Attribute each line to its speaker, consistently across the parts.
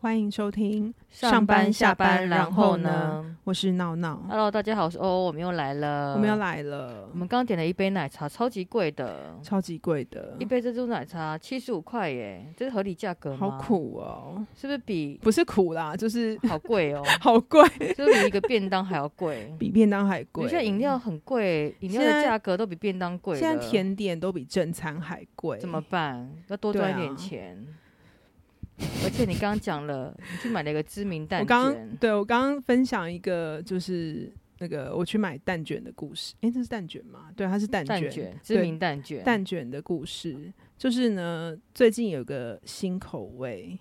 Speaker 1: 欢迎收听
Speaker 2: 上班下班，然后？呢
Speaker 1: 我是闹闹，
Speaker 2: ？Hello，大家好，我是欧，我们又来了，
Speaker 1: 我们要，来了
Speaker 2: 我，们刚点了一杯奶茶，超级贵的，
Speaker 1: 超级贵的
Speaker 2: 一，杯珍珠奶茶七十五块耶，这是合理价格吗？
Speaker 1: 好，苦哦，
Speaker 2: 是不是比
Speaker 1: 不是苦啦，就是
Speaker 2: 好贵哦？
Speaker 1: 好贵，
Speaker 2: 是不是比一个便当还要贵？
Speaker 1: 比便当还
Speaker 2: 我
Speaker 1: 贵。
Speaker 2: 觉得饮料很贵，饮料
Speaker 1: 现
Speaker 2: 的
Speaker 1: 在
Speaker 2: 价格都比便当贵了。
Speaker 1: 现在甜点都比正餐还贵，
Speaker 2: 怎么？办？要多赚一点钱。
Speaker 1: 啊
Speaker 2: 而且你刚刚讲了，你去买了一个知名蛋
Speaker 1: 我
Speaker 2: 卷，
Speaker 1: 刚刚对我刚刚分享一个就是。那个我去买蛋卷的故事，诶，这是蛋卷吗？对，它是蛋
Speaker 2: 蛋
Speaker 1: 卷，
Speaker 2: 卷知名蛋卷，
Speaker 1: 蛋卷的故事，就是呢，最近有个新口味，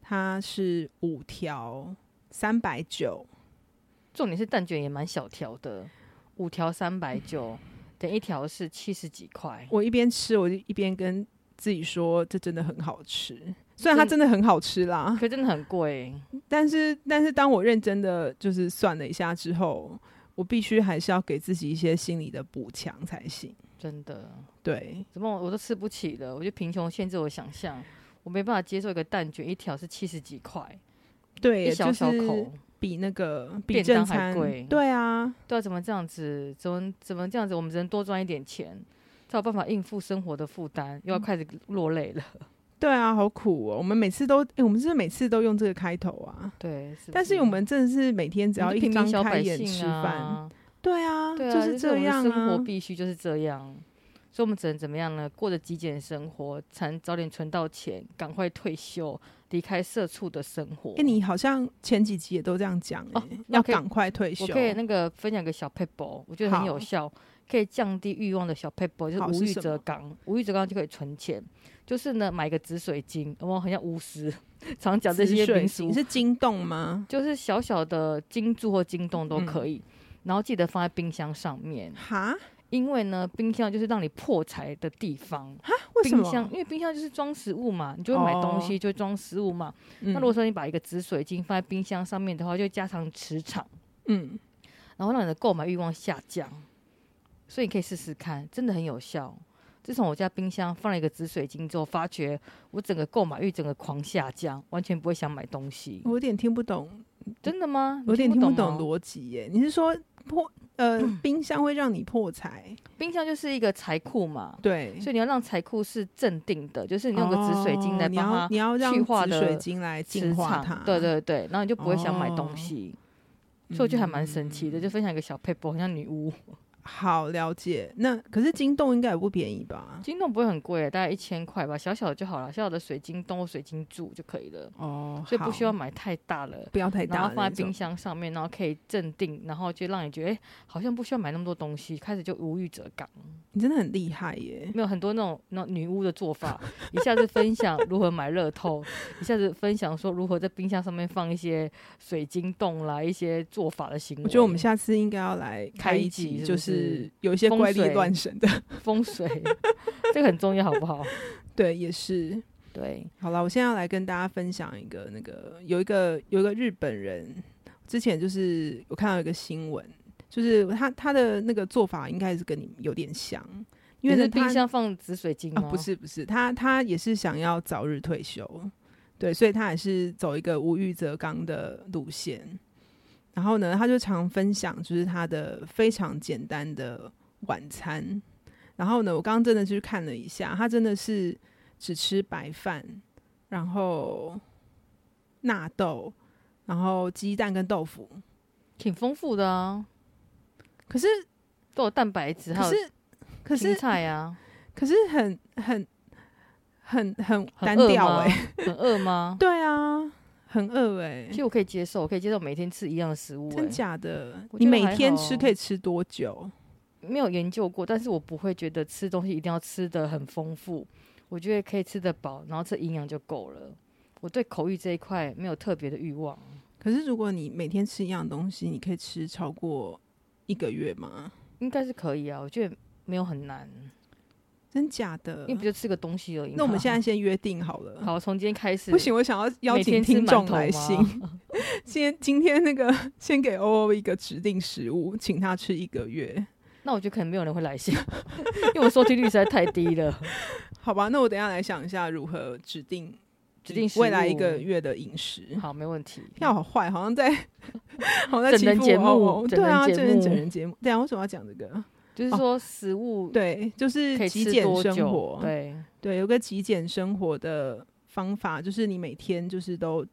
Speaker 1: 它是五条三百九，
Speaker 2: 重点是蛋卷也蛮小条的，五条三百 九，等一条是七十几块。
Speaker 1: 我一边吃，我就一边跟自己说，这真的很好吃。虽然它真
Speaker 2: 真
Speaker 1: 的很好吃啦，
Speaker 2: 可真的很贵，
Speaker 1: 但是但是当我认真的就是算了一下之后，我必须还是要给自己一些心理的补强才行。
Speaker 2: 真的，
Speaker 1: 对，
Speaker 2: 怎么我我都吃不起了？我觉得贫穷限制我想象，我没办法接受一个蛋卷一条是七十几块，
Speaker 1: 对，
Speaker 2: 一小小
Speaker 1: 就
Speaker 2: 口。
Speaker 1: 是比那个比
Speaker 2: 便
Speaker 1: 正
Speaker 2: 当还
Speaker 1: 餐
Speaker 2: 贵
Speaker 1: 对啊，
Speaker 2: 对啊，怎么这样子？怎么怎么这样子？我们只能多赚一点钱，才有办法应付生活的负担，
Speaker 1: 嗯
Speaker 2: 又要开始落泪了。
Speaker 1: 对啊，好苦哦！我们每次都，诶我们是不是每次都用这个开头啊。
Speaker 2: 对，
Speaker 1: 但是我们真的是每天只要一
Speaker 2: 平民
Speaker 1: 张
Speaker 2: 小
Speaker 1: 开
Speaker 2: 百
Speaker 1: 眼吃
Speaker 2: 姓
Speaker 1: 饭，
Speaker 2: 啊，
Speaker 1: 对啊，
Speaker 2: 对啊，
Speaker 1: 就是
Speaker 2: 我
Speaker 1: 这
Speaker 2: 们
Speaker 1: 样
Speaker 2: 生活
Speaker 1: 啊。
Speaker 2: 必须就是这样。所以我们只能怎么样呢？过着极简生活，才能早点存到钱，赶快退休，离开社畜的生活。
Speaker 1: 哎，你好像前几集也都这样讲
Speaker 2: 哦
Speaker 1: 诶，
Speaker 2: 那
Speaker 1: 要
Speaker 2: 可以
Speaker 1: 赶快退
Speaker 2: 我
Speaker 1: 休。
Speaker 2: 可以那个分享个小 paper，我觉得很
Speaker 1: 欸好
Speaker 2: 有效，可以降低欲望的小 paper 就是
Speaker 1: 好
Speaker 2: 无
Speaker 1: 是
Speaker 2: 欲
Speaker 1: 什
Speaker 2: 则
Speaker 1: 么
Speaker 2: 刚，无欲则刚就可以存钱。就是呢，买个紫水晶，我很像巫师， 常讲这
Speaker 1: 紫
Speaker 2: 些
Speaker 1: 水
Speaker 2: 民
Speaker 1: 晶
Speaker 2: 俗，
Speaker 1: 是惊动吗？
Speaker 2: 就是小小的金柱或金洞都
Speaker 1: 嗯
Speaker 2: 可以。然后记得放在冰箱上面，
Speaker 1: 哈？
Speaker 2: 因为呢，冰箱就是让你破财的地方。
Speaker 1: 为什
Speaker 2: 冰
Speaker 1: 么？哦
Speaker 2: 箱，因为冰箱就是装食物嘛，你就会买东西，就会装食物嘛。
Speaker 1: 嗯
Speaker 2: 那如果说你把一个紫水晶放在冰箱上面的话，就会加强磁场。
Speaker 1: 嗯，
Speaker 2: 然后让你的购买欲望下降。所以你可以试试看，真的很有效。自从我家冰箱放了一个紫水晶之后，发觉我整个购买欲整个狂下降，完全不会想买东西
Speaker 1: 我。有点听不懂，
Speaker 2: 真的吗？
Speaker 1: 我有点听不
Speaker 2: 哦嗯
Speaker 1: 懂逻辑耶。你是说破呃冰箱会让你破财？
Speaker 2: 冰箱就是一个财库嘛，
Speaker 1: 对，
Speaker 2: 所以你要让财库是镇定的，就是你用个紫水晶来
Speaker 1: 哦你
Speaker 2: 帮
Speaker 1: 要
Speaker 2: 它
Speaker 1: 你要让
Speaker 2: 去化
Speaker 1: 紫
Speaker 2: 的
Speaker 1: 水晶来净
Speaker 2: 磁
Speaker 1: 化
Speaker 2: 场。
Speaker 1: 它。
Speaker 2: 对对对，然后你就不会想买东
Speaker 1: 哦
Speaker 2: 西。所以我觉得还蛮神奇
Speaker 1: 嗯
Speaker 2: 的，就分享一个小 paper，好像女巫。
Speaker 1: 好了解，那可是金洞应该也不便宜吧？
Speaker 2: 金洞不会很贵，大概一千块吧，小小的就好了，小小的水晶洞或水晶柱就可以了，
Speaker 1: 哦
Speaker 2: 所以不需要买太大了。
Speaker 1: 不要太大的那
Speaker 2: 然后
Speaker 1: 种，
Speaker 2: 放在冰箱上面，然后可以镇定，然后就让你觉得，哎、好像不需要买那么多东西，开始就无欲则刚。
Speaker 1: 你真的很厉害耶！
Speaker 2: 没有很多那种那种女巫的 做法，一下子分享如何买乐透，一下子分享说如何在冰箱上面放一些水晶洞啦，一些做法的行为。
Speaker 1: 我觉得我们下次应该要来
Speaker 2: 开
Speaker 1: 开
Speaker 2: 一
Speaker 1: 一
Speaker 2: 集
Speaker 1: 集，
Speaker 2: 是
Speaker 1: 就
Speaker 2: 不
Speaker 1: 是
Speaker 2: 是
Speaker 1: 有一些
Speaker 2: 风
Speaker 1: 怪力
Speaker 2: 水
Speaker 1: 乱神的，
Speaker 2: 风水这个很重要，好不好？
Speaker 1: 对，也是。
Speaker 2: 对，
Speaker 1: 好了，我现在要来跟大家分享一个那个有一个有一个日本人，之前就是我看到一个新闻，就是他他的那个做法应该是跟你有点像，因为
Speaker 2: 你
Speaker 1: 呢
Speaker 2: 是冰
Speaker 1: 他
Speaker 2: 箱放紫水晶
Speaker 1: 啊
Speaker 2: 吗？
Speaker 1: 不，是不是，他他也是想要早日退休，对，所以他也是走一个无欲则刚的路线。然后呢，他就常分享就是他的非常简单的晚餐。然后呢，我刚刚真的去看了一下，他真的是只吃白饭，然后纳豆，然后鸡蛋跟豆腐。
Speaker 2: 挺丰富的啊，
Speaker 1: 可是
Speaker 2: 都有蛋白质，还
Speaker 1: 可
Speaker 2: 有
Speaker 1: 是可
Speaker 2: 青
Speaker 1: 是
Speaker 2: 菜 啊，
Speaker 1: 可是很很很很单
Speaker 2: 很饿
Speaker 1: 调
Speaker 2: 吗
Speaker 1: 哎、？
Speaker 2: 很饿吗？
Speaker 1: 对啊，很饿哎、
Speaker 2: 其实我可以接受，我可以接受每天吃一样的食物、欸，
Speaker 1: 真假的？
Speaker 2: 我
Speaker 1: 你
Speaker 2: 觉得
Speaker 1: 每
Speaker 2: 还
Speaker 1: 天
Speaker 2: 好
Speaker 1: 吃可以吃多久？
Speaker 2: 哎没有研究过，但是我不会觉得吃东西一定要吃的很丰富，我觉得可以吃得饱，然后吃营养就够了。我对口欲这一块没有特别的欲望，
Speaker 1: 可是如果你每天吃一样东西，你可以吃超过一个月吗？
Speaker 2: 应该是可以啊，我觉得没有很难，
Speaker 1: 真假的
Speaker 2: 因为？不就吃个东西而已嘛。
Speaker 1: 呃那我们现在先约定好了。
Speaker 2: 好，从今天开始，
Speaker 1: 不行，我想要邀
Speaker 2: 每
Speaker 1: 请
Speaker 2: 天吃
Speaker 1: 听众
Speaker 2: 馒头
Speaker 1: 来
Speaker 2: 吗
Speaker 1: 信。 先今天那个， 先给欧欧一个指定食物，请他吃一个月，
Speaker 2: 那我觉得可能没有人会来信， 因为我收听率实在太低了。
Speaker 1: 好吧？那我等一下来想一下如何指定
Speaker 2: 指定食
Speaker 1: 未来一
Speaker 2: 物
Speaker 1: 个月的饮食。
Speaker 2: 好，没问题。
Speaker 1: 票好坏，好像 在好像在
Speaker 2: 整
Speaker 1: 欺
Speaker 2: 人
Speaker 1: 负
Speaker 2: 节
Speaker 1: 我哦
Speaker 2: 目整
Speaker 1: 对
Speaker 2: 人
Speaker 1: 啊，
Speaker 2: 节
Speaker 1: 真人整
Speaker 2: 目
Speaker 1: 人节目，对啊，为什么要讲这个？
Speaker 2: 就是
Speaker 1: 哦
Speaker 2: 说食物
Speaker 1: 对，就是
Speaker 2: 可以
Speaker 1: 极
Speaker 2: 吃
Speaker 1: 简
Speaker 2: 多
Speaker 1: 生
Speaker 2: 久
Speaker 1: 活，，
Speaker 2: 对，
Speaker 1: 对，有个极简生活的方法，就是你每天就是都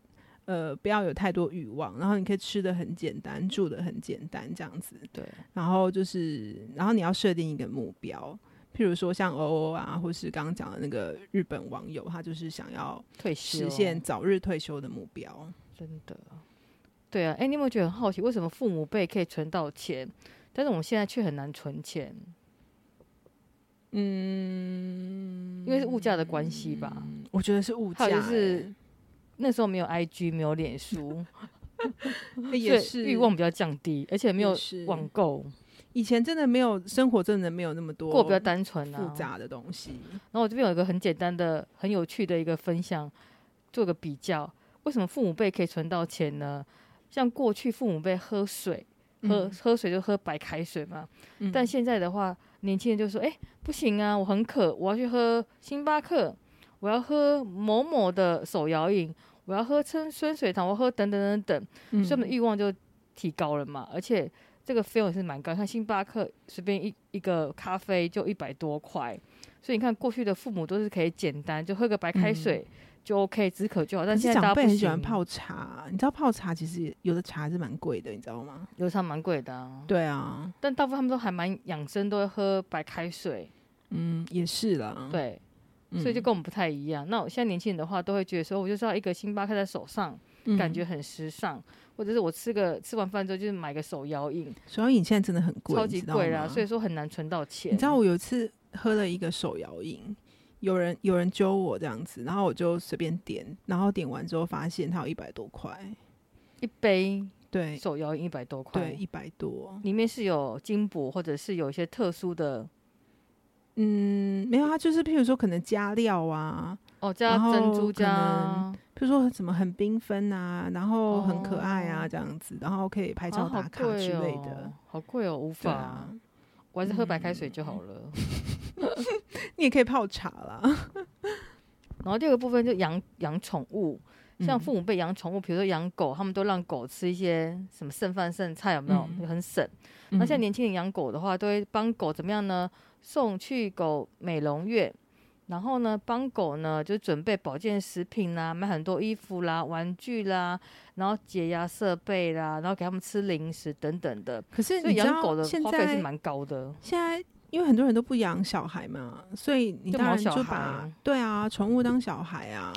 Speaker 1: 呃不要有太多欲望，然后你可以吃的很简单，住的很简单这样子。
Speaker 2: 对，
Speaker 1: 然后就是，然后你要设定一个目标，譬如说像欧欧啊，或是刚刚讲的那个日本网友，他就是想要
Speaker 2: 退休
Speaker 1: 实现早日退休的目标。
Speaker 2: 真的，对啊，哎、你有没有觉得很好奇，为什么父母辈可以存到钱，但是我们现在却很难存钱？嗯，因为是物价的关系吧。
Speaker 1: 嗯我觉得是物价、
Speaker 2: 还有就是
Speaker 1: 欸
Speaker 2: 那时候没有 IG，没有脸书，所
Speaker 1: 也
Speaker 2: 以
Speaker 1: 是
Speaker 2: 欲望比较降低，而且没有
Speaker 1: 也是
Speaker 2: 网购，
Speaker 1: 以前真的没有生活，真的没有那么多
Speaker 2: 过比较单纯啊。
Speaker 1: 复杂的东西。
Speaker 2: 然后我这边有一个很简单的、很有趣的一个分享，做个比较，为什么父母辈可以存到钱呢？像过去父母辈喝水，喝、
Speaker 1: 嗯
Speaker 2: 喝水就喝白开水嘛，
Speaker 1: 嗯
Speaker 2: 但现在的话，年轻人就说：“哎、不行啊，我很渴，我要去喝星巴克，我要喝某某的手摇饮，我要喝春春水堂，我要喝等等等等。”
Speaker 1: 嗯
Speaker 2: 所以我们的欲望就提高了嘛，而且这个费用也是蛮高，像星巴克随便一一个咖啡就一百多块，所以你看过去的父母都是可以简单就喝个白开水、就 OK 止渴就好，但
Speaker 1: 嗯可
Speaker 2: 现
Speaker 1: 是
Speaker 2: 在大
Speaker 1: 长
Speaker 2: 家
Speaker 1: 辈
Speaker 2: 不
Speaker 1: 很喜欢
Speaker 2: 行，
Speaker 1: 泡茶，你知道泡茶其实有的茶还是蛮贵的，你知道吗？
Speaker 2: 有差蛮贵的、啊，
Speaker 1: 对啊，
Speaker 2: 但大部分他们都还蛮养生，都会喝白开水，
Speaker 1: 嗯，也是啦，
Speaker 2: 对。
Speaker 1: 嗯，
Speaker 2: 所以就跟我们不太一样。那我现在年轻人的话，都会觉得说，我就是要一个星巴克在手上，
Speaker 1: 嗯
Speaker 2: 感觉很时尚，或者是我吃个吃完饭之后就是买个手摇饮，
Speaker 1: 手摇饮现在真的很贵，
Speaker 2: 超级贵啦，
Speaker 1: 啦。
Speaker 2: 所以说很难存到钱。
Speaker 1: 你知道我有一次喝了一个手摇饮，有人有人揪我这样子，然后我就随便点，然后点完之后发现它有一百多块，
Speaker 2: 一杯
Speaker 1: 对
Speaker 2: 手摇饮一百多
Speaker 1: 对，
Speaker 2: 块，
Speaker 1: 一百多，
Speaker 2: 里面是有金箔或者是有一些特殊的
Speaker 1: 嗯，没有，它就是譬如说可能加料啊，
Speaker 2: 哦，加
Speaker 1: 然后
Speaker 2: 珍珠
Speaker 1: 可
Speaker 2: 加
Speaker 1: 能
Speaker 2: 啊
Speaker 1: 譬如说什么很缤纷啊，然后很可爱啊
Speaker 2: 哦
Speaker 1: 这样子，然后可以拍照
Speaker 2: 啊好
Speaker 1: 打卡之
Speaker 2: 贵
Speaker 1: 类
Speaker 2: 哦
Speaker 1: 的，
Speaker 2: 好贵哦，无
Speaker 1: 对
Speaker 2: 法，
Speaker 1: 啊，
Speaker 2: 我还是喝白开水就好了。
Speaker 1: 你也可以泡茶啦，
Speaker 2: 然后第二个部分就养养宠物，像父
Speaker 1: 母
Speaker 2: 母辈养宠物，比如说养狗，他们都让狗吃一些什么剩饭剩菜，有没有？
Speaker 1: 嗯
Speaker 2: 很省。那现在年轻人养狗的话，都会帮狗怎么样呢？送去狗美容院，然后呢，帮狗呢就准备保健食品啦，买很多衣服啦、玩具啦，然后解压设备啦，然后给他们吃零食等等的。
Speaker 1: 可是
Speaker 2: 所以
Speaker 1: 你知
Speaker 2: 养狗
Speaker 1: 道
Speaker 2: 的
Speaker 1: 现
Speaker 2: 花费是
Speaker 1: 在
Speaker 2: 蛮高的，
Speaker 1: 现在因为很多人都不养小孩嘛，所以你
Speaker 2: 就
Speaker 1: 当
Speaker 2: 毛
Speaker 1: 然
Speaker 2: 小
Speaker 1: 就
Speaker 2: 孩
Speaker 1: 把对啊，宠物当小孩啊，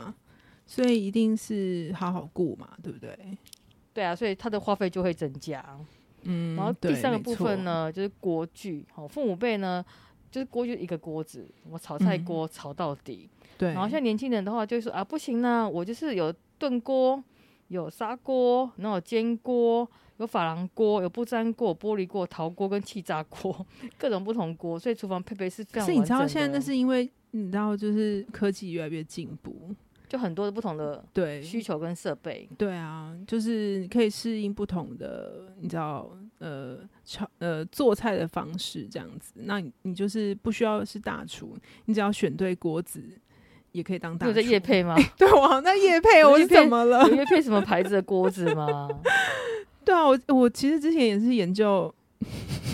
Speaker 1: 所以一定是好好顾嘛，对不对？
Speaker 2: 对啊，所以它的花费就会增加。
Speaker 1: 嗯
Speaker 2: 然后第
Speaker 1: 对
Speaker 2: 三个
Speaker 1: 没
Speaker 2: 部
Speaker 1: 错
Speaker 2: 分呢，就是锅具。好，父母辈呢，就是锅具一个锅子，我炒菜
Speaker 1: 嗯
Speaker 2: 锅炒到底。
Speaker 1: 对，
Speaker 2: 然后像年轻人的话，就会说啊，不行啦，我就是有炖锅、有砂锅、然后有煎锅、有珐琅锅、有不粘锅、玻璃锅、陶锅跟气炸锅， 各种不同锅，所以厨房配备是
Speaker 1: 可
Speaker 2: 非常
Speaker 1: 是你
Speaker 2: 完
Speaker 1: 知道
Speaker 2: 整
Speaker 1: 现在那
Speaker 2: 的
Speaker 1: 是因为你知道就是科技越来越进步，
Speaker 2: 就很多的不同的
Speaker 1: 对，
Speaker 2: 需求跟设备。
Speaker 1: 对啊，就是你可以适应不同的，你知道，呃，炒呃做菜的方式这样子。那你你就是不需要是大厨，你只要选对锅子，也可以当
Speaker 2: 你
Speaker 1: 大
Speaker 2: 有
Speaker 1: 厨。
Speaker 2: 在夜配 吗？
Speaker 1: 对，我那叶配
Speaker 2: 有
Speaker 1: 我
Speaker 2: 业
Speaker 1: 是
Speaker 2: 配
Speaker 1: 怎么了
Speaker 2: 有？夜配什么牌子的锅子吗？
Speaker 1: 对啊，我我其实之前也是研 究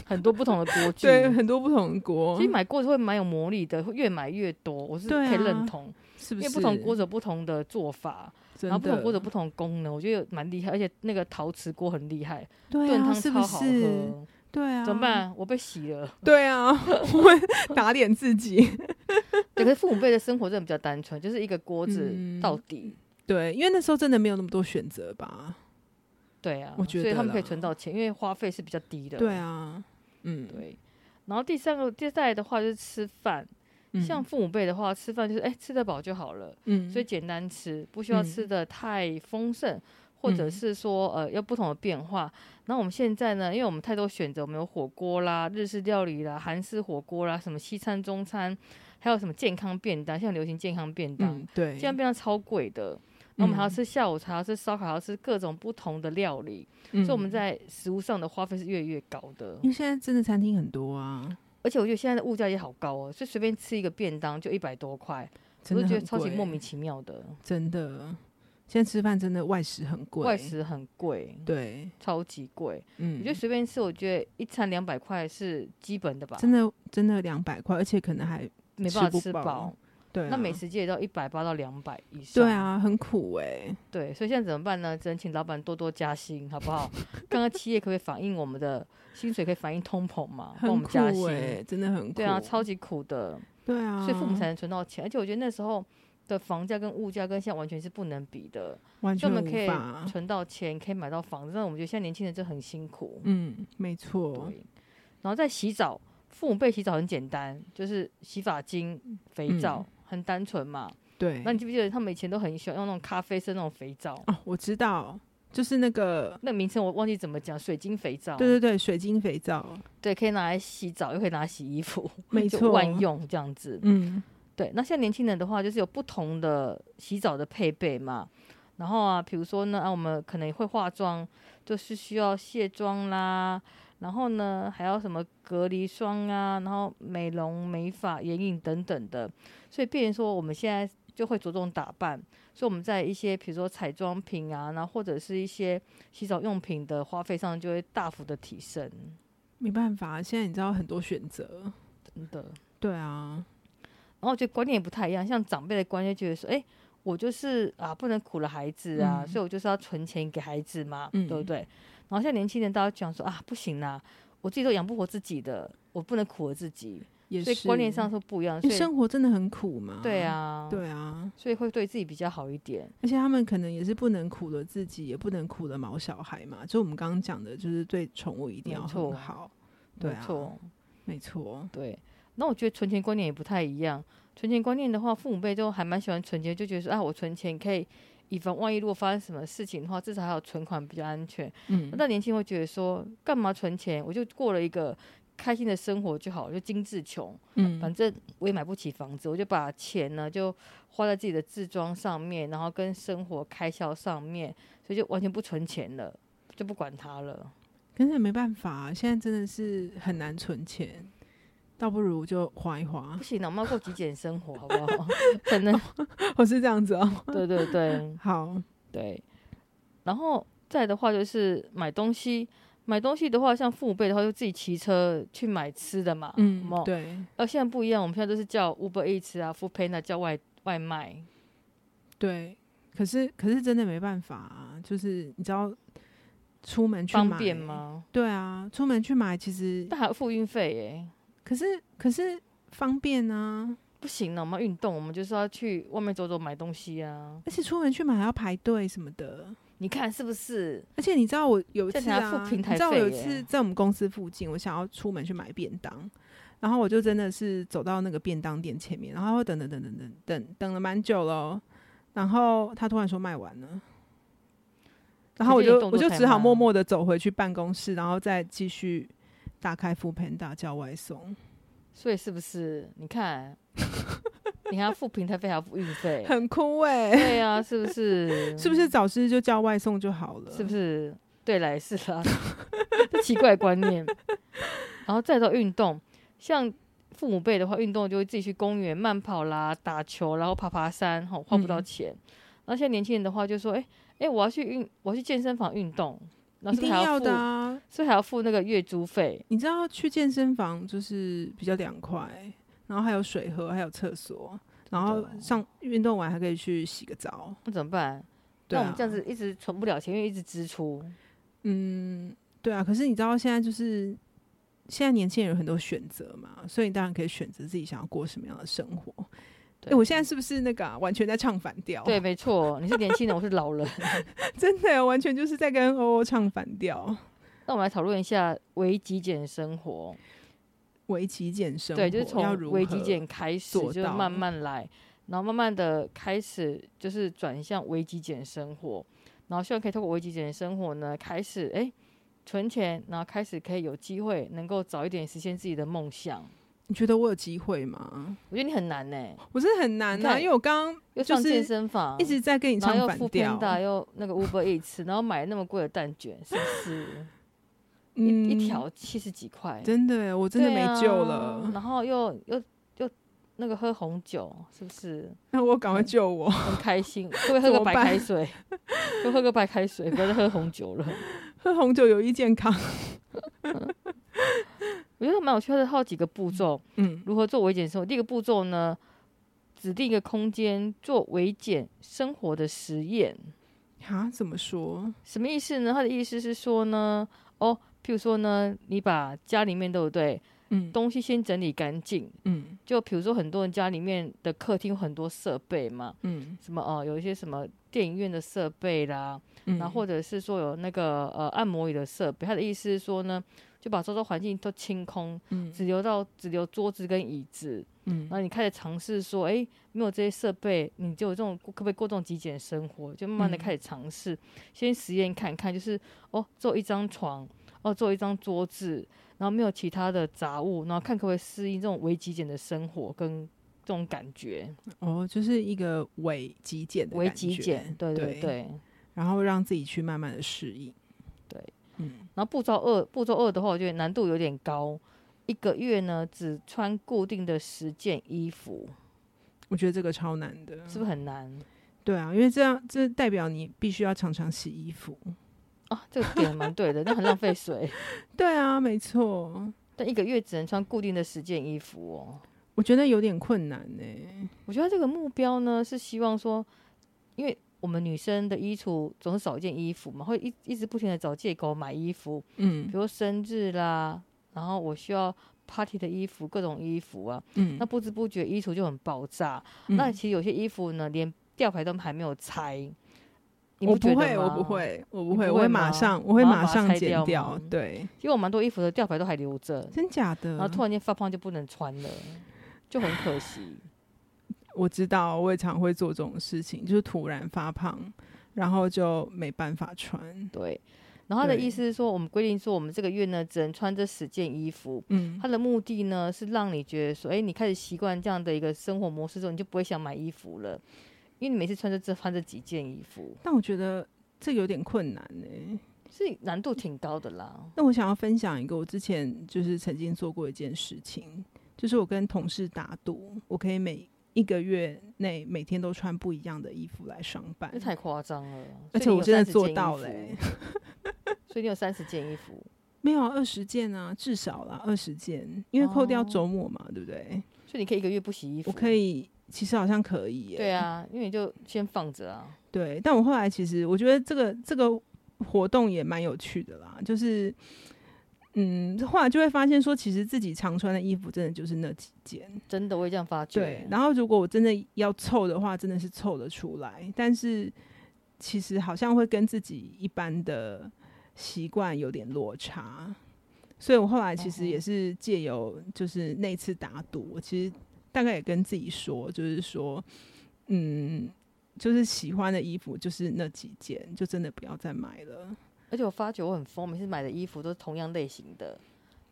Speaker 2: 很多不同的锅 具。
Speaker 1: 对很多不同的锅
Speaker 2: 其实，买锅子会蛮有魔力的，会越买越多，我是
Speaker 1: 对啊
Speaker 2: 可以认同，
Speaker 1: 是不
Speaker 2: 因
Speaker 1: 是？
Speaker 2: 为不同锅子有不同的做法，
Speaker 1: 真
Speaker 2: 然
Speaker 1: 的，
Speaker 2: 后不同锅子有不同功能，我觉得蛮厉害，而且那个陶瓷锅很厉害，
Speaker 1: 对
Speaker 2: 炖
Speaker 1: 啊，
Speaker 2: 汤
Speaker 1: 是不
Speaker 2: 超好喝，
Speaker 1: 是？对啊，
Speaker 2: 怎么？办？我被洗了。
Speaker 1: 对啊， 我打脸自己。
Speaker 2: 对，可是父母辈的生活真的比较单纯，就是一个锅子
Speaker 1: 嗯
Speaker 2: 到底。
Speaker 1: 对，因为那时候真的没有那么多选择吧。
Speaker 2: 对啊，
Speaker 1: 我觉得
Speaker 2: 所以他们可以
Speaker 1: 啦
Speaker 2: 存到钱，因为花费是比较低的。
Speaker 1: 对，啊，嗯，
Speaker 2: 对。然后第三个，接下来的话就是吃饭，
Speaker 1: 嗯
Speaker 2: 像父母辈的话，吃饭就是哎、吃得饱就好了。
Speaker 1: 嗯，
Speaker 2: 所以简单吃，不需要
Speaker 1: 嗯
Speaker 2: 吃的太丰盛，或者
Speaker 1: 嗯
Speaker 2: 是说呃要不同的变化。那我们现在呢，因为我们太多选择，我们有火锅啦、日式料理啦、韩式火锅啦，什么西餐、中餐，还有什么健康便当，现在流行健康便当，
Speaker 1: 嗯，对，
Speaker 2: 健康便当超贵的。那我们还要
Speaker 1: 嗯
Speaker 2: 吃下午茶，还要吃烧烤，还要吃各种不同的料理，
Speaker 1: 嗯
Speaker 2: 所以我们在食物上的花费是越来越高的
Speaker 1: 因。为现在真的餐厅很多啊，
Speaker 2: 而且我觉得现在的物价也好高哦，所以随便吃一个便当就一百多块，我
Speaker 1: 真
Speaker 2: 就
Speaker 1: 的
Speaker 2: 觉得
Speaker 1: 很
Speaker 2: 超级
Speaker 1: 贵
Speaker 2: 莫名其妙的，
Speaker 1: 真的，现在吃饭真的外食很贵，
Speaker 2: 外食很贵，
Speaker 1: 对，
Speaker 2: 超级贵。
Speaker 1: 嗯，
Speaker 2: 我觉得随便吃，我觉得一餐两百块是基本的吧，
Speaker 1: 真的真的两百块，而且可能还
Speaker 2: 没办法
Speaker 1: 吃不
Speaker 2: 吃
Speaker 1: 饱
Speaker 2: 饱。
Speaker 1: 对、啊，
Speaker 2: 那美食界也到一百八到两百以上。
Speaker 1: 对，啊，很苦哎、
Speaker 2: 对，所以现在怎么办呢？只能请老板多多加薪，好 不好？刚刚企业可不可以反映我们的薪水可以反映通膨嘛？啊帮
Speaker 1: 很
Speaker 2: 我们
Speaker 1: 苦
Speaker 2: 加薪。
Speaker 1: 哎、真的很苦，
Speaker 2: 对啊，超级苦的，
Speaker 1: 对啊，
Speaker 2: 所以父母才能存到钱。而且我觉得那时候的房价跟物价跟现在完全是不能比的，
Speaker 1: 完
Speaker 2: 所
Speaker 1: 全
Speaker 2: 以我们
Speaker 1: 无
Speaker 2: 可
Speaker 1: 法啊
Speaker 2: 以，存到钱，可以买到房子。但我们觉得现在年轻人就很辛苦。
Speaker 1: 嗯，没错，
Speaker 2: 对，然后再洗澡，父母辈洗澡很简单，就是洗发精、肥皂，很单纯嘛。
Speaker 1: 嗯对，
Speaker 2: 那你记不记得他们以前都很喜欢用那种咖啡色那种肥皂？
Speaker 1: 哦，我知道，就是那个，
Speaker 2: 那名称我忘记怎么讲，水晶肥皂，
Speaker 1: 对对对，水晶肥皂，
Speaker 2: 对可以拿来洗澡，又可以拿来洗衣服，
Speaker 1: 没
Speaker 2: 就
Speaker 1: 错，
Speaker 2: 万，用这样子。
Speaker 1: 嗯，
Speaker 2: 对，那现在年轻人的话，就是有不同的洗澡的配备嘛。然后啊，比如说呢，啊，我们可能会化妆，就是需要卸妆啦。然后呢，还要什么隔离霜啊，然后美容、美发、眼影等等的。所以，变成说我们现在就会着重打扮。所以我们在一些比如说彩妆品啊，然后或者是一些洗澡用品的花费上，就会大幅的提升。
Speaker 1: 没办法，现在你知道很多选择，
Speaker 2: 真的。
Speaker 1: 对啊，
Speaker 2: 然后我觉得观念也不太一样，像长辈的观念就觉得说，哎、我就是啊，不能苦了孩子啊，
Speaker 1: 嗯
Speaker 2: 所以我就是要存钱给孩子嘛，
Speaker 1: 嗯
Speaker 2: 对不对？然后像年轻人，大家讲说啊，不行啦，我自己都养不活自己的，我不能苦了自己，
Speaker 1: 也
Speaker 2: 所以
Speaker 1: 是
Speaker 2: 观念上是不一样，
Speaker 1: 因
Speaker 2: 所
Speaker 1: 为
Speaker 2: 以
Speaker 1: 生活真的很苦嘛，
Speaker 2: 对，啊，，
Speaker 1: 对啊，
Speaker 2: 所以会对自己比较好一点，
Speaker 1: 而且他们可能也是不能苦了自己，也不能苦了毛小孩嘛。就我们刚刚讲的，就是对宠物一定要
Speaker 2: 没错
Speaker 1: 很好。对啊
Speaker 2: 没错，
Speaker 1: 没错，
Speaker 2: 对。那我觉得存钱观念也不太一样，存钱观念的话，父母辈都还蛮喜欢存钱，就觉得说啊，我存钱可以以防万一，如果发生什么事情的话，至少还有存款比较安全。
Speaker 1: 嗯，
Speaker 2: 那年轻人会觉得说，干嘛存钱？我就过了一个开心的生活就好，我就精致穷，反
Speaker 1: 嗯，
Speaker 2: 正我也买不起房子，我就把钱呢就花在自己的自装上面，然后跟生活开销上面，所以就完全不存钱了，就不管它了。
Speaker 1: 可是也没办法、啊现在真的是很难存钱，倒不如就花一花
Speaker 2: 不。行了，我们要过极简生活，好不好？ 可能
Speaker 1: 我是这样子哦、
Speaker 2: 对对对
Speaker 1: 好，
Speaker 2: 对。然后再的话就是买东西，买东西的话，像父母辈的话，就自己骑车去买吃的嘛，有
Speaker 1: 嗯
Speaker 2: 没有，
Speaker 1: 对
Speaker 2: 呃，现在不一样，我们现在都是叫 Uber Eats 啊，Food Panda 叫外外卖。
Speaker 1: 对。可是可是真的没办法、啊，就是你知道，出门去买
Speaker 2: 方便？吗？
Speaker 1: 对啊，出门去买其实，
Speaker 2: 但还要付运费耶，
Speaker 1: 可是可是方便啊，
Speaker 2: 不行了，我们要运动，我们就是要去外面走走买东西啊。
Speaker 1: 而且出门去买还要排队什么的。
Speaker 2: 你看是不是？
Speaker 1: 而且你知道我有一次
Speaker 2: 这样你
Speaker 1: 啊，
Speaker 2: 还付平台
Speaker 1: 你知道我有一
Speaker 2: 费耶
Speaker 1: 次在我们公司附近，我想要出门去买便当，然后我就真的是走到那个便当店前面，然后等等等等等等等了蛮久了哦，然后他突然说卖完了。然后我
Speaker 2: 可见
Speaker 1: 就
Speaker 2: 你动
Speaker 1: 我
Speaker 2: 作
Speaker 1: 就
Speaker 2: 太
Speaker 1: 只好
Speaker 2: 慢
Speaker 1: 默默的走回去办公室，然后再继续打开 f o o Panda 叫外送，
Speaker 2: 所以是不是？你看， 你还要付平台费，还要付运
Speaker 1: ，
Speaker 2: 费
Speaker 1: 很酷哎、
Speaker 2: 对啊，是不是？
Speaker 1: 是不是？早知就叫外送就好了，
Speaker 2: 嗯是不是？对来是啦， 这奇怪的观念。然后再到运动，像父母辈的话，运动就会自己去公园慢跑啦、打球，然后爬爬山，吼，花不到
Speaker 1: 嗯
Speaker 2: 钱。然后现在年轻人的话，就说，哎、哎、我要去运，我要去健身房运动，然
Speaker 1: 一
Speaker 2: 后是不
Speaker 1: 定
Speaker 2: 是还
Speaker 1: 要
Speaker 2: 付，
Speaker 1: 的啊！
Speaker 2: 所以还要付那个月租费。
Speaker 1: 你知道去健身房就是比较凉快，然后还有水喝，还有厕所，然后
Speaker 2: 啊
Speaker 1: 上运动完还可以去洗个澡。
Speaker 2: 那怎么办？
Speaker 1: 对、
Speaker 2: 那
Speaker 1: 啊，
Speaker 2: 我们这样子，一直存不了钱，因为一直支出。
Speaker 1: 嗯，对啊。可是你知道现在就是现在年轻人有很多选择嘛，所以你当然可以选择自己想要过什么样的生活。哎、
Speaker 2: 对
Speaker 1: 我现在是不是那个啊、完全在唱反调？
Speaker 2: 对，，没错，你是年轻人，我是老人。
Speaker 1: 真的完全就是在跟欧欧唱反调。
Speaker 2: 那我们来讨论一下微极简生活。
Speaker 1: 微极简生活
Speaker 2: 对，就是
Speaker 1: 要
Speaker 2: 从
Speaker 1: 如
Speaker 2: 微
Speaker 1: 何
Speaker 2: 极简开始，
Speaker 1: 做
Speaker 2: 就是
Speaker 1: 到
Speaker 2: 慢慢来，然后慢慢的开始就是转向微极简生活，然后希望可以透过微极简生活呢，开始哎、诶存钱，然后开始可以有机会能够早一点实现自己的梦想。
Speaker 1: 你觉得我有机会吗？
Speaker 2: 我觉得你很难呢、
Speaker 1: 我是很难
Speaker 2: 你
Speaker 1: 啊，
Speaker 2: 看
Speaker 1: 因为我刚刚
Speaker 2: 又
Speaker 1: 就
Speaker 2: 上健
Speaker 1: 是
Speaker 2: 身房，
Speaker 1: 一直在跟你
Speaker 2: 然
Speaker 1: 唱
Speaker 2: 后又
Speaker 1: 反
Speaker 2: 付
Speaker 1: 调。
Speaker 2: 大，又那个 Uber 一吃，然后买那么贵的蛋卷，是不是？
Speaker 1: 嗯
Speaker 2: 一一条七十几块，
Speaker 1: 真的耶，我真的
Speaker 2: 对
Speaker 1: 没
Speaker 2: 啊
Speaker 1: 救了。
Speaker 2: 然后又又又那个喝红酒，是不是
Speaker 1: 那我赶快救我！
Speaker 2: 很开心？会不会喝
Speaker 1: 怎
Speaker 2: 个
Speaker 1: 么
Speaker 2: 白
Speaker 1: 办
Speaker 2: 开水？ 就喝个白开水，不要再喝红酒了。
Speaker 1: 喝红酒有益健康。
Speaker 2: 我觉得蛮有趣的，好几个步骤
Speaker 1: 嗯
Speaker 2: 如何做微减生活。第一个步骤呢，指定一个空间做微减生活的实验。
Speaker 1: 啊，怎么说？
Speaker 2: 什么意思呢？他的意思是说呢，哦，譬如说呢，你把家里面对不对
Speaker 1: 嗯
Speaker 2: 东西先整理干净。
Speaker 1: 嗯
Speaker 2: 就比如说很多人家里面的客厅有很多设备嘛，
Speaker 1: 嗯
Speaker 2: 什么哦、呃有一些什么电影院的设备啦，
Speaker 1: 嗯，
Speaker 2: 然后或者是说有那个呃按摩椅的设备。他的意思是说呢，就把周遭环境都清空，
Speaker 1: 嗯
Speaker 2: 只留到只留桌子跟椅子。
Speaker 1: 嗯
Speaker 2: 然后你开始尝试说，哎，没有这些设备，你就有这种可不可以过这种极简生活？就慢慢的
Speaker 1: 嗯
Speaker 2: 开始尝试，先实验看看，就是哦，做一张床，哦，做一张桌子，然后没有其他的杂物，然后看可不可以适应这种微极简的生活跟这种感觉，
Speaker 1: 哦，就是一个伪极简的
Speaker 2: 微
Speaker 1: 感
Speaker 2: 极
Speaker 1: 觉
Speaker 2: 简，对对
Speaker 1: 对
Speaker 2: 对。
Speaker 1: 然后让自己去慢慢的适应。
Speaker 2: 对，
Speaker 1: 嗯
Speaker 2: 然后步骤二，步骤二的话，我觉得难度有点高。一个月呢，只穿固定的十件衣服，
Speaker 1: 我觉得这个超难的，
Speaker 2: 是不是很难
Speaker 1: 对啊，因为这样这代表你必须要常常洗衣服。
Speaker 2: 啊？这个点蛮对的，但很浪费水。
Speaker 1: 对啊，没错，
Speaker 2: 但一个月只能穿固定的十件衣服哦。
Speaker 1: 我觉得有点困难呢、
Speaker 2: 我觉得这个目标呢是希望说，因为我们女生的衣橱总是少一件衣服嘛，会一一直不停的找借口买衣服，比
Speaker 1: 嗯
Speaker 2: 如生日啦，然后我需要 party 的衣服，各种衣服啊，
Speaker 1: 嗯
Speaker 2: 那不知不觉衣橱就很爆炸。
Speaker 1: 嗯
Speaker 2: 那其实有些衣服呢，连吊牌都还没有拆，你
Speaker 1: 我
Speaker 2: 不觉
Speaker 1: 不
Speaker 2: 得
Speaker 1: 会，我
Speaker 2: 吗
Speaker 1: 不。会，我
Speaker 2: 你
Speaker 1: 不会，我
Speaker 2: 不会
Speaker 1: 会
Speaker 2: 吗
Speaker 1: 马上，我会马
Speaker 2: 马上把它
Speaker 1: 上
Speaker 2: 拆
Speaker 1: 剪
Speaker 2: 掉
Speaker 1: 掉
Speaker 2: 吗。
Speaker 1: 对，
Speaker 2: 其实我蛮多衣服的吊牌都还留着，
Speaker 1: 真假的？
Speaker 2: 然后突然间发胖就不能穿了，就很 可惜。
Speaker 1: 我知道，我也常会做这种事情，就是突然发胖，然后就没办法穿。
Speaker 2: 对，然后他的
Speaker 1: 对
Speaker 2: 意思是说，我们规定说，我们这个月呢只能穿这十件衣服。
Speaker 1: 嗯
Speaker 2: 他的目的呢是让你觉得说，哎，你开始习惯这样的一个生活模式之后，你就不会想买衣服了，因为你每次穿着这穿这几件衣服，
Speaker 1: 但我觉得这有点困难呢、
Speaker 2: 是难度挺高的啦。
Speaker 1: 那我想要分享一个我之前就是曾经做过一件事情，就是我跟同事打赌，我可以每一个月内每天都穿不一样的衣服来上班
Speaker 2: 这。太夸张了，
Speaker 1: 而
Speaker 2: 所以
Speaker 1: 且
Speaker 2: 你
Speaker 1: 我
Speaker 2: 有
Speaker 1: 真的
Speaker 2: 30
Speaker 1: 做
Speaker 2: 件衣
Speaker 1: 到
Speaker 2: 服
Speaker 1: 了欸
Speaker 2: 所以你有三十件衣服，
Speaker 1: 没有二十件啊，至少啦二十件，因为扣掉周末嘛，对不对？
Speaker 2: 所以你可以一个月不哦洗衣服。
Speaker 1: 我可
Speaker 2: 以。
Speaker 1: 以，其实好像可以、耶。
Speaker 2: 对啊，因为你就先放着啊。
Speaker 1: 对，但我后来其实我觉得这个这个活动也蛮有趣的啦，就是嗯，后来就会发现说，其实自己常穿的衣服真的就是那几件。
Speaker 2: 真的，我也这样发觉。
Speaker 1: 对，然后如果我真的要凑的话，真的是凑得出来，但是其实好像会跟自己一般的习惯有点落差，所以我后来其实
Speaker 2: 嗯哼
Speaker 1: 也是借由就是那次打赌，我其实大概也跟自己说，就是说，嗯，就是喜欢的衣服就是那几件，就真的不要再买了。
Speaker 2: 而且我发觉我很疯，每次买的衣服都是同样类型的，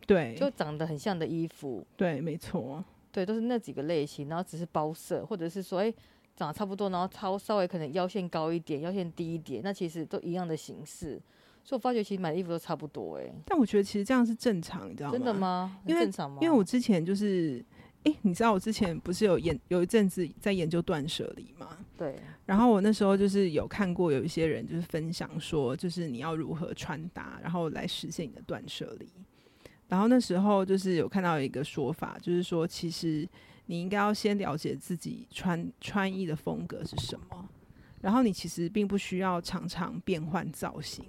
Speaker 1: 对，
Speaker 2: 就长得很像的衣服。
Speaker 1: 对，没错，
Speaker 2: 对，都是那几个类型，然后只是包色，或者是说，哎，长得差不多，然后超稍微可能腰线高一点，腰线低一点，那其实都一样的形式。所以我发觉其实买的衣服都差不多、诶，
Speaker 1: 但我觉得其实这样是正常，你知道
Speaker 2: 哎，
Speaker 1: 吗？
Speaker 2: 真的吗？很
Speaker 1: 因为
Speaker 2: 正常吗？
Speaker 1: 因为我之前就是，诶，你知道我之前不是有研有一阵子在研究断舍离吗？
Speaker 2: 对，
Speaker 1: 然后我那时候就是有看过有一些人就是分享说，就是你要如何穿搭，然后来实现你的断舍离。然后那时候就是有看到一个说法，就是说其实你应该要先了解自己穿穿衣的风格是什么，然后你其实并不需要常常变换造型。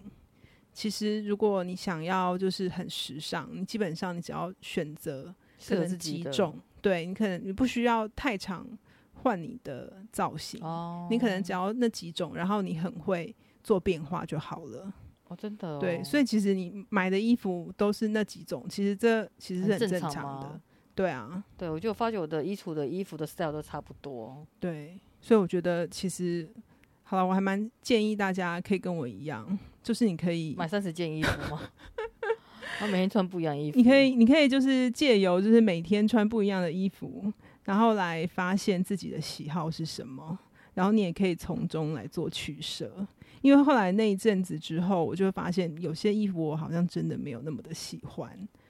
Speaker 1: 其实如果你想要就是很时尚，你基本上你只要选择可
Speaker 2: 适合
Speaker 1: 能
Speaker 2: 自
Speaker 1: 几
Speaker 2: 己的
Speaker 1: 种，对你可能你不需要太常换你的造型。
Speaker 2: 哦，
Speaker 1: 你可能只要那几种，然后你很会做变化就好了。
Speaker 2: 哦，真的、哦，
Speaker 1: 对，所以其实你买的衣服都是那几种，其实这其实是
Speaker 2: 很
Speaker 1: 很正
Speaker 2: 常
Speaker 1: 常的
Speaker 2: 吗。？
Speaker 1: 对啊，
Speaker 2: 对，我就发觉我的衣橱的衣服的 style 都差不多。
Speaker 1: 对，所以我觉得其实好了，我还蛮建议大家可以跟我一样，就是你可以，
Speaker 2: 买三十件衣服吗？ 然后每天穿不一样衣服，
Speaker 1: 你可以，你可以就是借由就是每天穿不一样的衣服，然后来发现自己的喜好是什么。然后你也可以从中来做取舍，因为后来那一阵子之后，我就会发现有些衣服我好像真的没有那么的喜欢，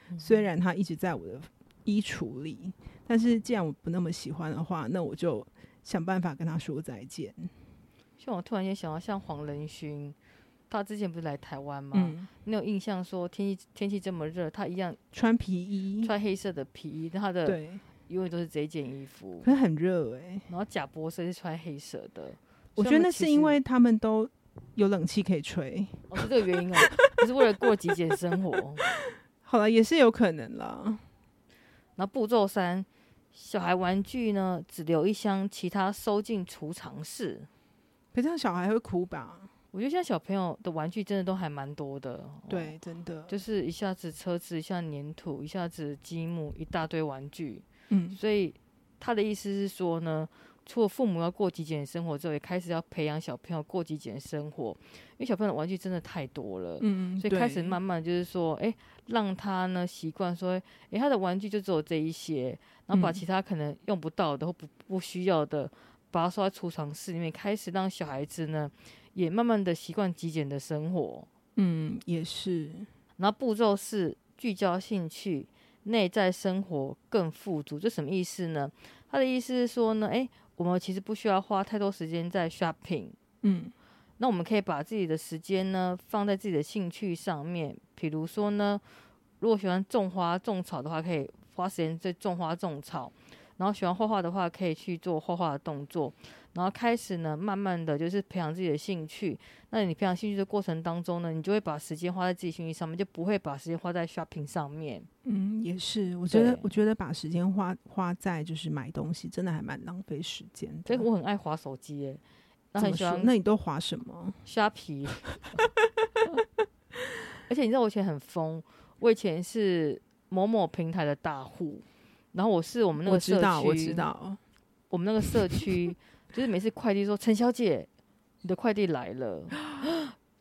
Speaker 2: 嗯
Speaker 1: 虽然它一直在我的衣橱里。但是既然我不那么喜欢的话，那我就想办法跟他说再见。
Speaker 2: 像我突然间想到，像黄仁勋，他之前不是来台湾吗？
Speaker 1: 嗯，
Speaker 2: 你有印象说天气天气这么热，他一样
Speaker 1: 穿皮衣，
Speaker 2: 穿黑色的皮衣，他的
Speaker 1: 嗯对，
Speaker 2: 永远都是这一件衣服。
Speaker 1: 可是很热哎、
Speaker 2: 然后贾博士是穿黑色的，
Speaker 1: 我
Speaker 2: 所
Speaker 1: 觉得
Speaker 2: 以他们
Speaker 1: 那
Speaker 2: 其
Speaker 1: 是因
Speaker 2: 实
Speaker 1: 为他们都有冷气可以吹。
Speaker 2: 哦是这个原因哦，不是为了过极简生活。
Speaker 1: 好了，也是有可能啦。
Speaker 2: 然后步骤三，小孩玩具呢只留一箱，其他收进储藏室。
Speaker 1: 可这样小孩会哭吧？
Speaker 2: 我觉得现在小朋友的玩具真的都还蛮多的，哦，
Speaker 1: 对，真的，
Speaker 2: 就是一下子车子，一下粘土，一下子积木，一大堆玩具。
Speaker 1: 嗯，
Speaker 2: 所以他的意思是说呢，除了父母要过极简生活之后，也开始要培养小朋友过极简生活，因为小朋友的玩具真的太多了。
Speaker 1: 嗯，
Speaker 2: 所以开始
Speaker 1: 对
Speaker 2: 慢慢就是说，诶，让他呢习惯说，诶，他的玩具就只有这一些，然后把
Speaker 1: 嗯
Speaker 2: 其他可能用不到的或不不需要的，把它收在储藏室里面，开始让小孩子呢也慢慢的习惯极简的生活。
Speaker 1: 嗯，也是，
Speaker 2: 然后步骤是聚焦兴趣，内在生活更富足。这什么意思呢？他的意思是说呢，诶，我们其实不需要花太多时间在 shopping，
Speaker 1: 嗯
Speaker 2: 那我们可以把自己的时间呢放在自己的兴趣上面，比如说呢，如果喜欢种花种草的话，可以花时间在种花种草；然后喜欢画画的话，可以去做画画的动作。然后开始呢，慢慢的就是培养自己的兴趣。那你培养兴趣的过程当中呢，你就会把时间花在自己兴趣上面，就不会把时间花在 shopping 上面。
Speaker 1: 嗯，也是。我觉得
Speaker 2: 对，
Speaker 1: 我觉得把时间花花在就是买东西，真的还蛮浪费时间的。
Speaker 2: 所以我很爱划手机耶、那
Speaker 1: 嗯怎
Speaker 2: 很
Speaker 1: 么
Speaker 2: 喜
Speaker 1: 说
Speaker 2: 欢？
Speaker 1: 那你都划什么？
Speaker 2: 虾皮。而且你知道我以前很疯，我以前是某某平台的大户，然后我是我们那
Speaker 1: 我
Speaker 2: 个社
Speaker 1: 知
Speaker 2: 区，
Speaker 1: 道，我知，道。
Speaker 2: 我们那个 社区就是每次快递说陈小姐，你的快递来了，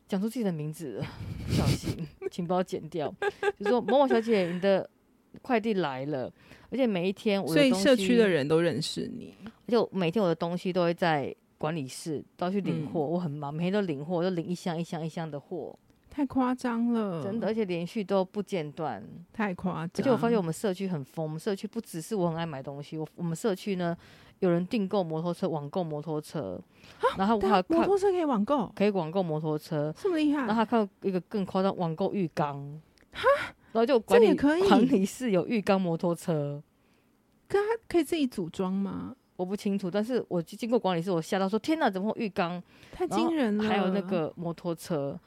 Speaker 2: 讲出自己的名字了，小心，请帮我剪掉，就说某某小姐，你的快递来了，而且每一天我的
Speaker 1: 所以
Speaker 2: 东
Speaker 1: 社区
Speaker 2: 西
Speaker 1: 的人都认识你。
Speaker 2: 而且我每天我的东西都会在管理室都要去
Speaker 1: 嗯
Speaker 2: 领货，我很忙，每天都领货，我都领一箱一箱一箱的货，
Speaker 1: 太夸张了，
Speaker 2: 真的，而且连续都不间断。
Speaker 1: 太夸张。
Speaker 2: 而且我发现我们社区很疯，我们社区不只是我很爱买东西，我我们社区呢有人订购摩托车，网购摩托车，然后还
Speaker 1: 但
Speaker 2: 有
Speaker 1: 啊摩
Speaker 2: 看
Speaker 1: 托车啊可以网购，
Speaker 2: 可以网购摩托车，
Speaker 1: 这么厉害
Speaker 2: 然后，还看到一个更夸张，网购浴缸，然后就管
Speaker 1: 这
Speaker 2: 理
Speaker 1: 也可以
Speaker 2: 管理室有浴缸摩托车。
Speaker 1: 可以自己组装吗？
Speaker 2: 我不清楚，但是我去经过管理室，我吓到说：“天哪，怎么会有浴缸？”
Speaker 1: 太惊人了。
Speaker 2: 还有那
Speaker 1: 嗯
Speaker 2: 个摩托车。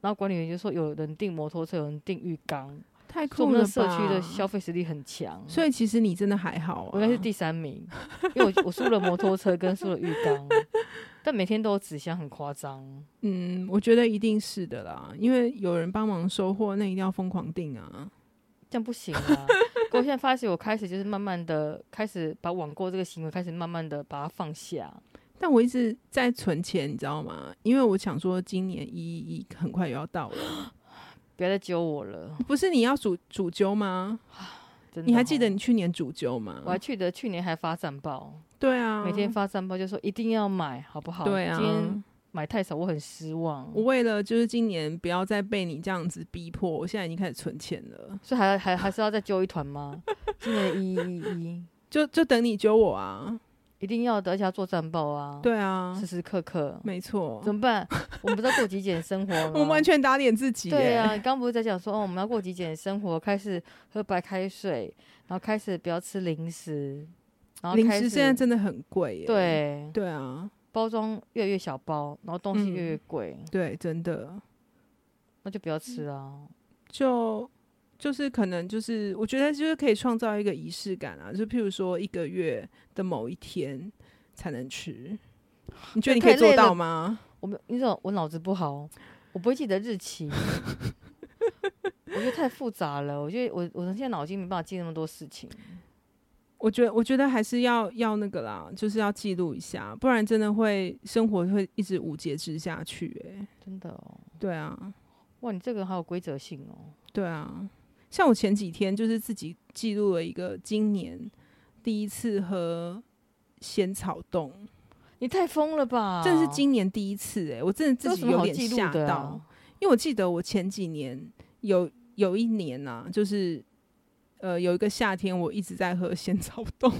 Speaker 2: 然后管理员就说，有人订摩托车，有人订浴缸，
Speaker 1: 太
Speaker 2: 所以我
Speaker 1: 酷
Speaker 2: 们
Speaker 1: 了
Speaker 2: 的
Speaker 1: 吧，
Speaker 2: 社区的消费实力很强。
Speaker 1: 所以其实你真的还好、啊，
Speaker 2: 嗯我应该是第三名，因为我我输了摩托车跟输了浴缸，但每天都有纸箱，很夸张。
Speaker 1: 嗯，我觉得一定是的啦，因为有人帮忙收货，那一定要疯狂订啊。
Speaker 2: 这样不行啊！可我现在发现，我开始就是慢慢的开始把网购这个行为开始慢慢的把它放下。
Speaker 1: 但我一直在存钱，你知道吗？因为我想说今年一一一很快也要到了，
Speaker 2: 不要再揪我了，
Speaker 1: 不是你要主主揪吗？
Speaker 2: 真的。哦
Speaker 1: 你还记得你？去年主揪吗？
Speaker 2: 我还记得去年还发战报，
Speaker 1: 对啊，
Speaker 2: 每天发战报就说一定要买，好不好？
Speaker 1: 对啊
Speaker 2: 今，天买太少，我很失望。
Speaker 1: 我为了就是今年不要再被你这样子逼迫，我现在已经开始存钱了，
Speaker 2: 所以还还还是要再揪一团吗？今年的一一一
Speaker 1: 就就等你揪我啊。
Speaker 2: 一定要的，而且要做战报啊，，
Speaker 1: 对啊
Speaker 2: 时，时刻刻
Speaker 1: 没错，
Speaker 2: 怎么办？我们不是要过极简生活吗？
Speaker 1: 我们完全打脸自己、耶
Speaker 2: 对啊，你刚不是在讲说哦，我们要过极简生活，开始喝白开水，然后开始不要吃零食，然后
Speaker 1: 零
Speaker 2: 开
Speaker 1: 食
Speaker 2: 始
Speaker 1: 现在真的很贵耶。
Speaker 2: 对
Speaker 1: 对啊，
Speaker 2: 包装越来越小包，然后东西
Speaker 1: 嗯
Speaker 2: 越来越贵，
Speaker 1: 对，真的
Speaker 2: 那就不要吃啊。
Speaker 1: 就就是可能就是我觉得就是可以创造一个仪式感啊，就譬如说一个月的某一天才能吃，你觉得你可以做到吗？
Speaker 2: 我们你知道我脑子不好，我不会记得日期，我觉得太复杂了。我觉得我我现在脑筋没办法记那么多事情。
Speaker 1: 我觉得，我觉得还是要要那个啦，就是要记录一下，不然真的会生活会一直无节制下去、欸。
Speaker 2: 真的哦，
Speaker 1: 对啊，
Speaker 2: 哇，你这个好有规则性哦。
Speaker 1: 对啊，像我前几天就是自己记录了一个今年第一次喝仙草冻，
Speaker 2: 你太疯了吧！
Speaker 1: 真的是今年第一次哎、我真的
Speaker 2: 哦这
Speaker 1: 自己
Speaker 2: 有什么
Speaker 1: 有
Speaker 2: 好
Speaker 1: 点
Speaker 2: 记录
Speaker 1: 吓
Speaker 2: 的
Speaker 1: 到，
Speaker 2: 啊
Speaker 1: 因为我记得我前几年有有一年啊，就是呃，有一个夏天我一直在喝仙草冻，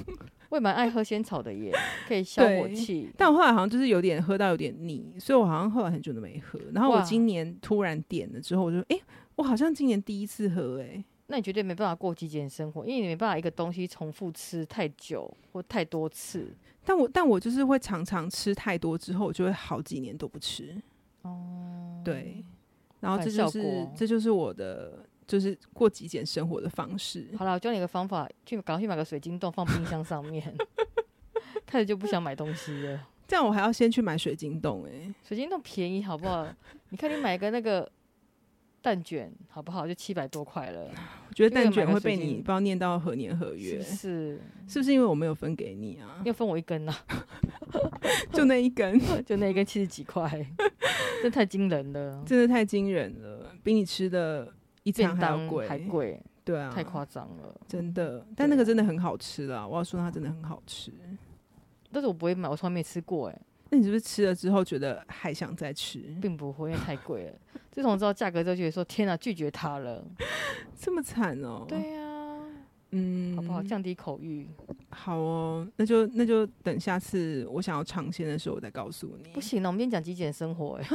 Speaker 2: 我也蛮爱喝仙草的耶， 可以消火
Speaker 1: 对
Speaker 2: 气。
Speaker 1: 但我后来好像就是有点喝到有点腻，所以我好像后来很久都没喝。然后我
Speaker 2: 哇
Speaker 1: 今年突然点了之后，我就诶，我好像今年第一次喝欸诶。
Speaker 2: 那你绝对没办法过极简生活，因为你没办法一个东西重复吃太久或太多次。
Speaker 1: 但我但我就是会常常吃太多之后，我就会好几年都不吃。
Speaker 2: 哦，
Speaker 1: 对，然后
Speaker 2: 看
Speaker 1: 这就
Speaker 2: 效
Speaker 1: 是
Speaker 2: 果
Speaker 1: 这就是我的就是过极简生活的方式。
Speaker 2: 好了，我教你一个方法，去赶快去买个水晶洞放冰箱上面， 开始就不想买东西了。
Speaker 1: 这样我还要先去买水晶欸冻诶。
Speaker 2: 水晶洞便宜好不好？你看你买个那个蛋卷好不好？就七百多块了，
Speaker 1: 我觉得蛋
Speaker 2: 因为买
Speaker 1: 卷
Speaker 2: 个
Speaker 1: 会被
Speaker 2: 水
Speaker 1: 你
Speaker 2: 晶
Speaker 1: 不知道念到何年何
Speaker 2: 是
Speaker 1: 月，
Speaker 2: 不
Speaker 1: 是
Speaker 2: 是？
Speaker 1: 不是因为我没有分给你啊？
Speaker 2: 要分我一根啊，
Speaker 1: 就那一根，
Speaker 2: 就那一根七十几块， 这太惊人了，
Speaker 1: 真的太惊人了，比你吃的一餐
Speaker 2: 便
Speaker 1: 还要
Speaker 2: 当
Speaker 1: 贵，
Speaker 2: 还贵，
Speaker 1: 对啊，
Speaker 2: 太夸张了。啊
Speaker 1: 真的，但那个真的很好吃啦，我要说它真的很好吃。
Speaker 2: 但是我不会买，我从来没吃过哎、
Speaker 1: 那你是不是吃了之后觉得还想再吃？
Speaker 2: 并不会，因为太贵了。 自从知道价格之后，觉得说天哪、啊拒绝它了。
Speaker 1: 这么惨哦、，
Speaker 2: 对啊呀、
Speaker 1: 嗯，
Speaker 2: 好不好？降低口欲，
Speaker 1: 好哦，那就那就等下次我想要尝鲜的时候我再告诉你
Speaker 2: 不。行啊了。我们今天讲极简生活、欸，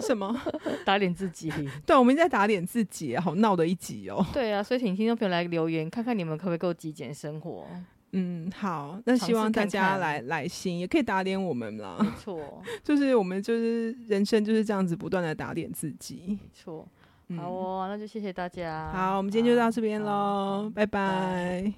Speaker 1: 什么？
Speaker 2: 打脸自 己。
Speaker 1: 对，啊我们一直在打脸自己，好闹的一集哦。
Speaker 2: 对啊，所以请听众朋友来留言，看看你们可不可以够极简生活。
Speaker 1: 嗯，好，那
Speaker 2: 尝
Speaker 1: 希
Speaker 2: 试
Speaker 1: 望大
Speaker 2: 看
Speaker 1: 家
Speaker 2: 看嗯
Speaker 1: 来来信，也可以打脸我们啦。
Speaker 2: 没错，没
Speaker 1: 就是我们就是人生就是这样子不断的打脸自己。
Speaker 2: 错。
Speaker 1: 嗯
Speaker 2: 好哦，那就谢谢大家。
Speaker 1: 好，我们今天就到
Speaker 2: 好
Speaker 1: 这边
Speaker 2: 好
Speaker 1: 喽，拜拜